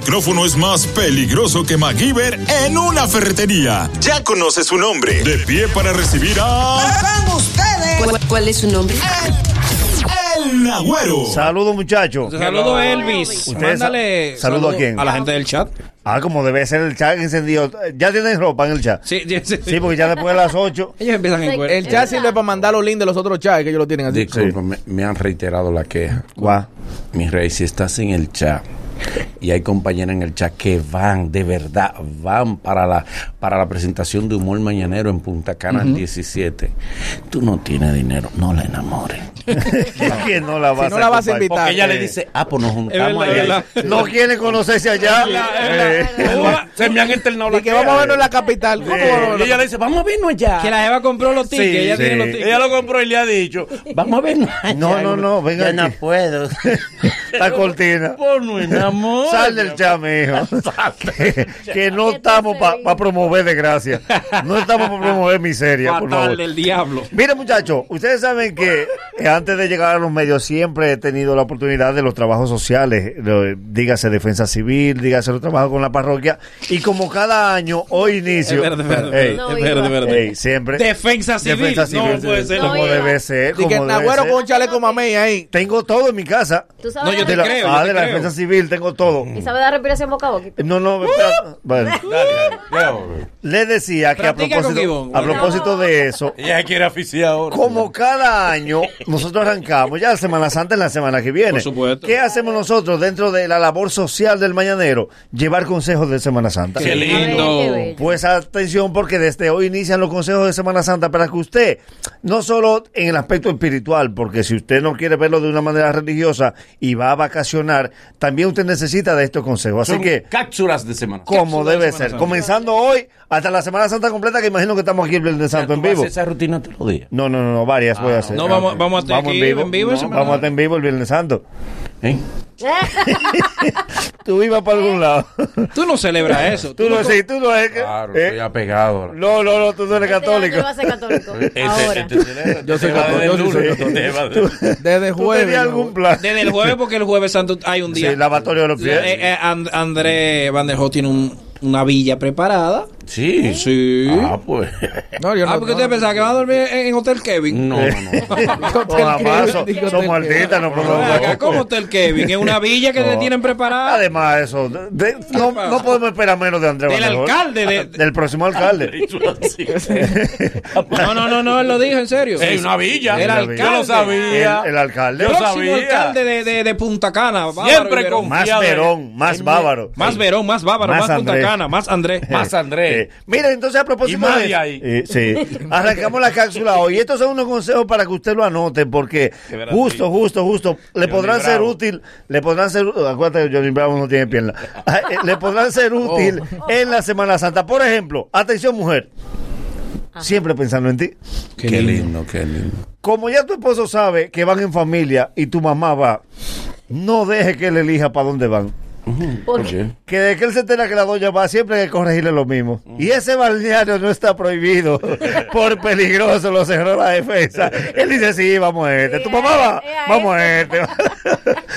micrófono es más peligroso que MacGyver en una ferretería. Ya conoce su nombre. De pie para recibir a. ¡Hagan ustedes! ¿Cuál, cuál es su nombre? El Agüero. Saludos, muchachos. Saludo Elvis. Ustedes sa- Mándale ¿saludo a quién? A la gente del chat. Ah, como debe ser el chat encendido. Ya tienen ropa en el chat. Sí, sí, sí. Sí, porque ya después de las 8. Ellos empiezan en cuero. El chat sirve para mandar los links de los otros chats que ellos lo tienen así. Disculpa, me, me han reiterado la queja. Mi rey, si estás en el chat y hay compañeras en el chat que van, de verdad, van para la, para la presentación de Humor Mañanero en Punta Cana el 17, tú no tienes dinero, no la enamores. ¿Quién no la vas Si no la vas acompañar? a invitar. Porque ella eh. le dice, ah, pues nos Es juntamos verdad, allá. es No quiere conocerse allá. Eh, Hola, Se me han internado la Y que vamos a verlo en la capital. ¿Cómo vamos a Y verlo? ella le dice, vamos a vernos allá. Que la Eva compró los tickets. Sí, ella sí. tiene los tickets. Ella lo compró y le ha dicho, vamos a vernos allá. No, no, no, venga Yo no aquí. puedo. Esta cortina. Oh, Pues no enamores. Sal del chat, mijo. que, que no estamos para promover desgracia. No estamos para promover miseria, por Fatal favor. del diablo. Mire, muchachos, ustedes saben que eh, antes de llegar a los medios siempre he tenido la oportunidad de los trabajos sociales, lo- dígase defensa civil, dígase los trabajos con la parroquia, y como cada año, hoy inicio, Es verde, verde, ey, verde, No, es verde, iba. verde. ey, siempre Defensa civil. defensa civil, No puede ser. No, como iba. debe ser, Y que como debe Nagüero ser. con un chaleco mamey ahí. Tengo todo en mi casa, ¿Tú sabes No, yo dar- te de la, creo, ah, yo te de la creo. defensa civil tengo todo. ¿Y sabes dar respiración boca a boca? No, no, Uh. espera. Bueno, le decía que a Practica con propósito, Ivonne. a propósito de eso, Ella quiere aficiar ahora. Como cada año, nosotros arrancamos ya la Semana Santa en la semana que viene. Por supuesto. ¿Qué hacemos nosotros dentro de la labor social del mañanero? Llevar consejos de Semana Santa. Qué A ver, lindo. qué bello. Pues atención porque desde hoy inician los consejos de Semana Santa para que usted, no solo en el aspecto espiritual, porque si usted no quiere verlo de una manera religiosa y va a vacacionar, también usted necesita de estos consejos. Así Son que, cápsulas de semana. como cápsula de debe Semana ser, Santa. comenzando hoy hasta la Semana Santa completa, que imagino que estamos aquí el Viernes Santo en Tú haces vivo. Esa rutina todos los días. No, no, no, no, varias voy a hacer. Ah, No, vamos- vamos a estar aquí en vivo en No, vamos a Semana Santa. estar en vivo el Viernes Santo. ¿eh? Tú ibas para algún lado. Tú no celebras eso. Tú no, no- sí, tú no es que. Claro, ¿eh? estoy apegado. ahora. No, no, no, tú no eres Este católico. va a ser católico. Este- Ahora. este celebra- Yo soy te va católico, desde yo sí el soy lunes, católico. te va desde- Desde ¿Tú jueves. tenías ¿no? algún plan? Desde el jueves, porque el jueves santo hay un Sí, día. el lavatorio de los pies. Eh, eh, And- André Van der Hoek tiene un- una villa preparada. Sí. Sí. Ah, pues. No, yo no. Ah, porque usted pensaba que va a dormir en, en Hotel Kevin. No, no, no. eh, No, jamás, so- somos artistas, no Pero ven acá, podemos. ¿Cómo Hotel Kevin? Es una villa que le tienen preparada. Además, eso. de- de- no, no podemos esperar menos de Andrés Del alcalde, de- del próximo alcalde. Ah, No, no, no, no, él lo dijo en serio. Es una villa. El alcalde. Yo lo sabía. El, el alcalde. Yo próximo sabía. alcalde de, de- de Punta Cana. Bávaro Siempre y Verón. con- Más Confía de- Verón, más en mí. Bávaro. Más Verón, más Bávaro, Más más, Punta Andrés. Cana, más Andrés. Más Andrés. Eh, mira, entonces a propósito Y más de de ahí. Eh, sí. arrancamos la cápsula hoy. Y estos son unos consejos para que usted lo anote, porque Qué verdad, justo, justo, justo, le Johnny podrán ser Bravo. útil, le podrán ser, acuérdate que Johnny Bravo no tiene pierna, Ah, eh, le podrán ser Oh. útil en la Semana Santa. Por ejemplo, atención mujer, siempre pensando en ti. Qué lindo, qué lindo. Como ya tu esposo sabe que van en familia y tu mamá va, no deje que él elija para dónde van. Oye. Que de que él se entera que la doña va, siempre hay que corregirle lo mismo. Y ese balneario no está prohibido. Por peligroso lo cerró la defensa. Él dice, sí, vamos a este. Sí, Tu a mamá va, este, a vamos a este.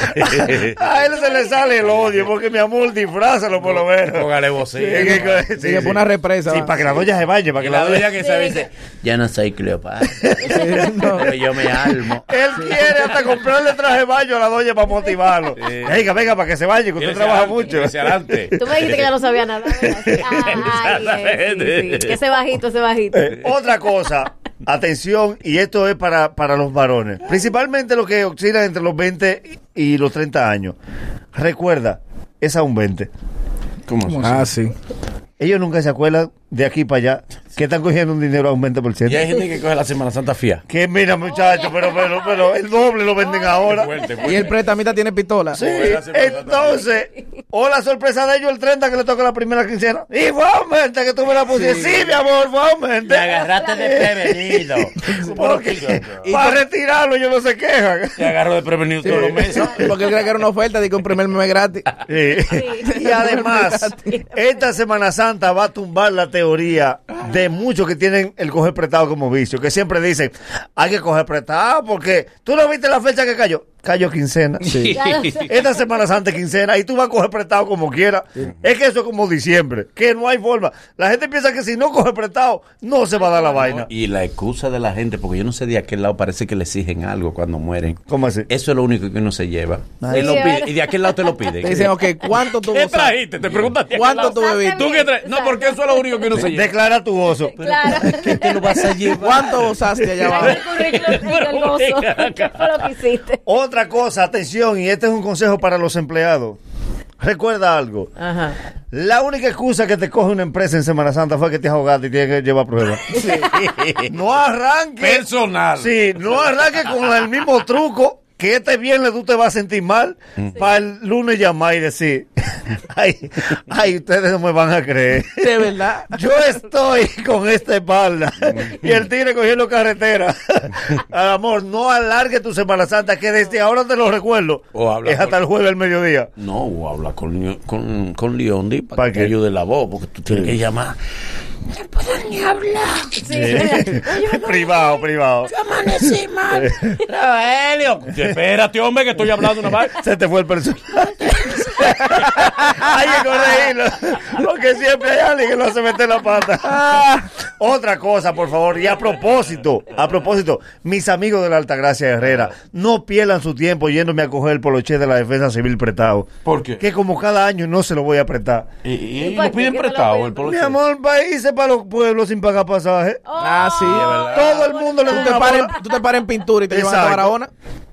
A él se le sale el odio, porque mi amor, disfrázalo por lo menos. Póngale Sí, es vocea. que- sí, que sí. pone una represa, Sí, va. para que la doña se bañe, para Y que eh. la la doña... doña que sabe dice, ya no soy Cleopatra. Pero yo me almo. Él quiere hasta comprarle traje de baño a la doña para motivarlo. Venga, venga, para que se vaya, que usted trabaja mucho. Hacia adelante. Tú me dijiste que ya no sabía nada. ¿verdad? Sí. Ay, eh, sí, sí. Que ese bajito, ese bajito. Eh, otra cosa, atención, y esto es para, para los varones, principalmente los que oscilan entre los 20 y los 30 años. Recuerda, es a un 20. ¿Cómo? Ah, sí. Ellos nunca se acuerdan de aquí para allá que están cogiendo un dinero a un 20%. Y hay gente que coge la Semana Santa fía. Que mira, muchachos, pero, pero, pero el doble lo venden ahora. Y el pretamita tiene pistola. Sí, entonces, o la sorpresa de ellos el 30 que le toca la primera quincena. Y fue a un 20 que tú me la pusiste. Sí, mi amor, fue a un 20. desprevenido. Porque para retirarlo ellos no se quejan. Te agarro desprevenido todos los meses. Porque él creía que era una oferta de que un primer mes gratis. Sí. Y además, esta Semana Santa va a tumbar la teoría de muchos que tienen el coger prestado como vicio, que siempre dicen, hay que coger prestado porque tú no viste la fecha que cayó. Callo quincena. Ya lo sé. Esta Semana Santa es quincena y tú vas a coger prestado como quieras. Es que eso es como diciembre, que no hay forma. La gente piensa que si no coge prestado, no se va a dar la vaina. Y la excusa de la gente, porque yo no sé de aquel lado, parece que le exigen algo cuando mueren. ¿Cómo así? Eso es lo único que uno se lleva. Ay. Y, lo pide- y de aquel lado te lo piden. Te dicen, ok, ¿cuánto tú ¿Qué gozas? trajiste? Te preguntas. ¿Cuánto tú bebiste? ¿Tú qué traes? No, porque eso es lo único que uno se lleva. Declara tu gozo. Claro. te lo vas a llevar? ¿Cuánto gozaste allá Ahí abajo? el currículum y el gozo. ¿Qué fue lo que hiciste? Otra cosa, atención, y este es un consejo para los empleados. Recuerda algo. Ajá. La única excusa que te coge una empresa en Semana Santa fue que te ahogaste y tienes que llevar pruebas. No arranques. Personal. Sí, no arranques con el mismo truco. Que este viernes tú te vas a sentir mal para el lunes llamar y decir, ay, ay, ustedes no me van a creer. De verdad. Yo estoy con esta espalda y el tigre cogiendo carretera. Al amor, no alargue tu Semana Santa, que desde ahora te lo recuerdo. O habla es hasta con- el jueves al mediodía. No, o habla con, Leo- con, con Leondi para ¿Para que qué? te ayude la voz, porque tú tienes que llamar. privado, privado. Espérate, hombre, que estoy hablando una vaina. Se te fue el personaje. hay que corregirlo. Porque siempre hay alguien que lo hace meter la pata. Ah, Otra cosa, por favor. Y a propósito, a propósito, mis amigos de la Altagracia Herrera, no pierdan su tiempo yéndome a coger el poloche de la Defensa Civil prestado. ¿Por qué? Que como cada año no se lo voy a prestar. Y, y- ¿Y y por lo qué? piden ¿Qué te lo prestado piden? el Mi poloche. amor, países para los pueblos sin pagar pasaje. Ah, sí, es verdad. Todo el mundo le Tú gusta te una paras bola. en- tú te paras en pintura y te llevas a Exacto. Barahona.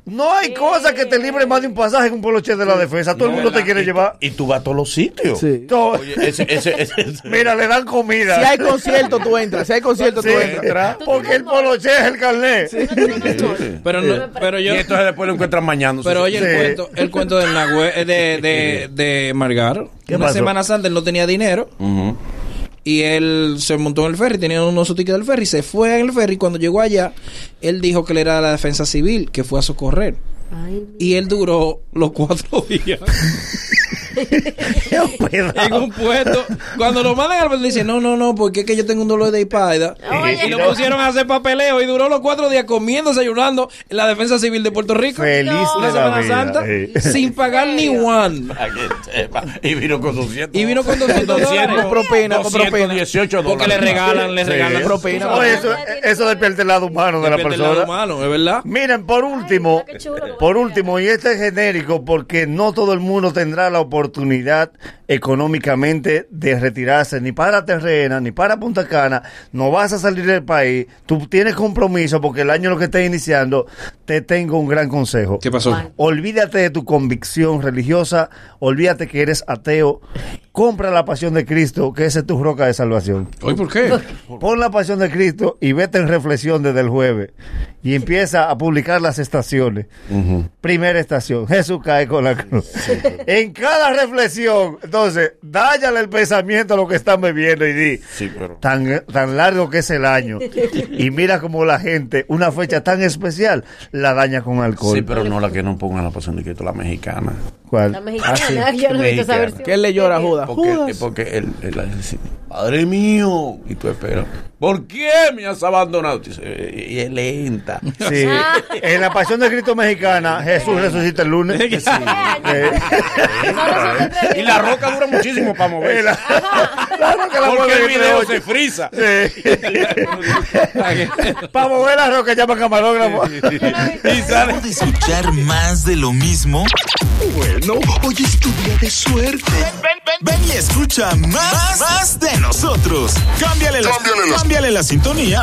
No hay cosa que te libre más de un pasaje que un poloche de la defensa. Todo el mundo te quiere Y tú- llevar. Y tú vas a todos los sitios. Todo- Oye, ese, ese, ese- ese- Mira, le dan comida. Si hay concierto, tú entras. Si hay concierto, tú Sí, entras. porque el poloche es el carnet. No tienes gol. Pero, no, pero Y yo. entonces después lo encuentran mañana. Pero oye, Sí. el cuento, el cuento del Nahue- eh, de, de, de Margar. ¿Qué Una pasó? Semana Santa él no tenía dinero. Ujú. Y él se montó en el ferry, tenía unos tickets del ferry, se fue en el ferry. Cuando llegó allá, él dijo que él era de la defensa civil, que fue a socorrer. Y él duró los cuatro días Qué en hospedado. un puesto. Cuando lo mandan al le dice, no, no, no, porque es que yo tengo un dolor de espalda. Oye. Y lo pusieron a hacer papeleo y duró los cuatro días comiendo, desayunando en la defensa civil de Puerto Rico. Feliz Una de Semana la vida. Santa Sí. sin pagar ni serio? one. Para que sepa. Y vino con 200. Y vino con 200 dólares. Con propina, con propina. 218 dólares. Porque le regalan, le Sí. regalan propina. Oye, eso, eso despierta el lado humano de la Depende del lado persona. humano, es verdad. Miren, por último, Ay, qué chulo, lo voy a por mirar. último, y este es genérico porque no todo el mundo tendrá la oportunidad económicamente de retirarse ni para Terrena, ni para Punta Cana, no vas a salir del país, tú tienes compromiso porque el año lo que estás iniciando, te tengo un gran consejo. ¿Qué pasó? Olvídate de tu convicción religiosa, olvídate que eres ateo, compra la pasión de Cristo, que esa es tu roca de salvación. ¿Hoy por qué? Pon la pasión de Cristo y vete en reflexión desde el jueves. Y empieza a publicar las estaciones. Primera estación, Jesús cae con la cruz. en cada reflexión, entonces, dáyale el pensamiento a lo que están bebiendo y di, Sí, pero. tan, tan largo que es el año. y mira como la gente, una fecha tan especial, la daña con alcohol. Sí, pero no la que no pongan la pasión de Cristo, la mexicana. ¿Cuál? La mexicana, yo no he visto esa Mexicana. versión. Que él le llora a Judas. Porque, eh, Judas. porque él, él dice, Padre mío. Y tú esperas, ¿por qué me has abandonado? Y dice, "Eh, y es lenta. Sí. En la pasión de Cristo mexicana, Jesús resucita el lunes. Eh, Y la roca dura muchísimo para eh, moverla. la- claro que la Porque mueve el entre video ocho. se frisa. Para mover la roca llama camarógrafo. Y sale. de escuchar más de lo mismo? Bueno, hoy es tu día de suerte. Ven, ven, ven y escucha más, más de nosotros. Cámbiale la, cámbiale la sintonía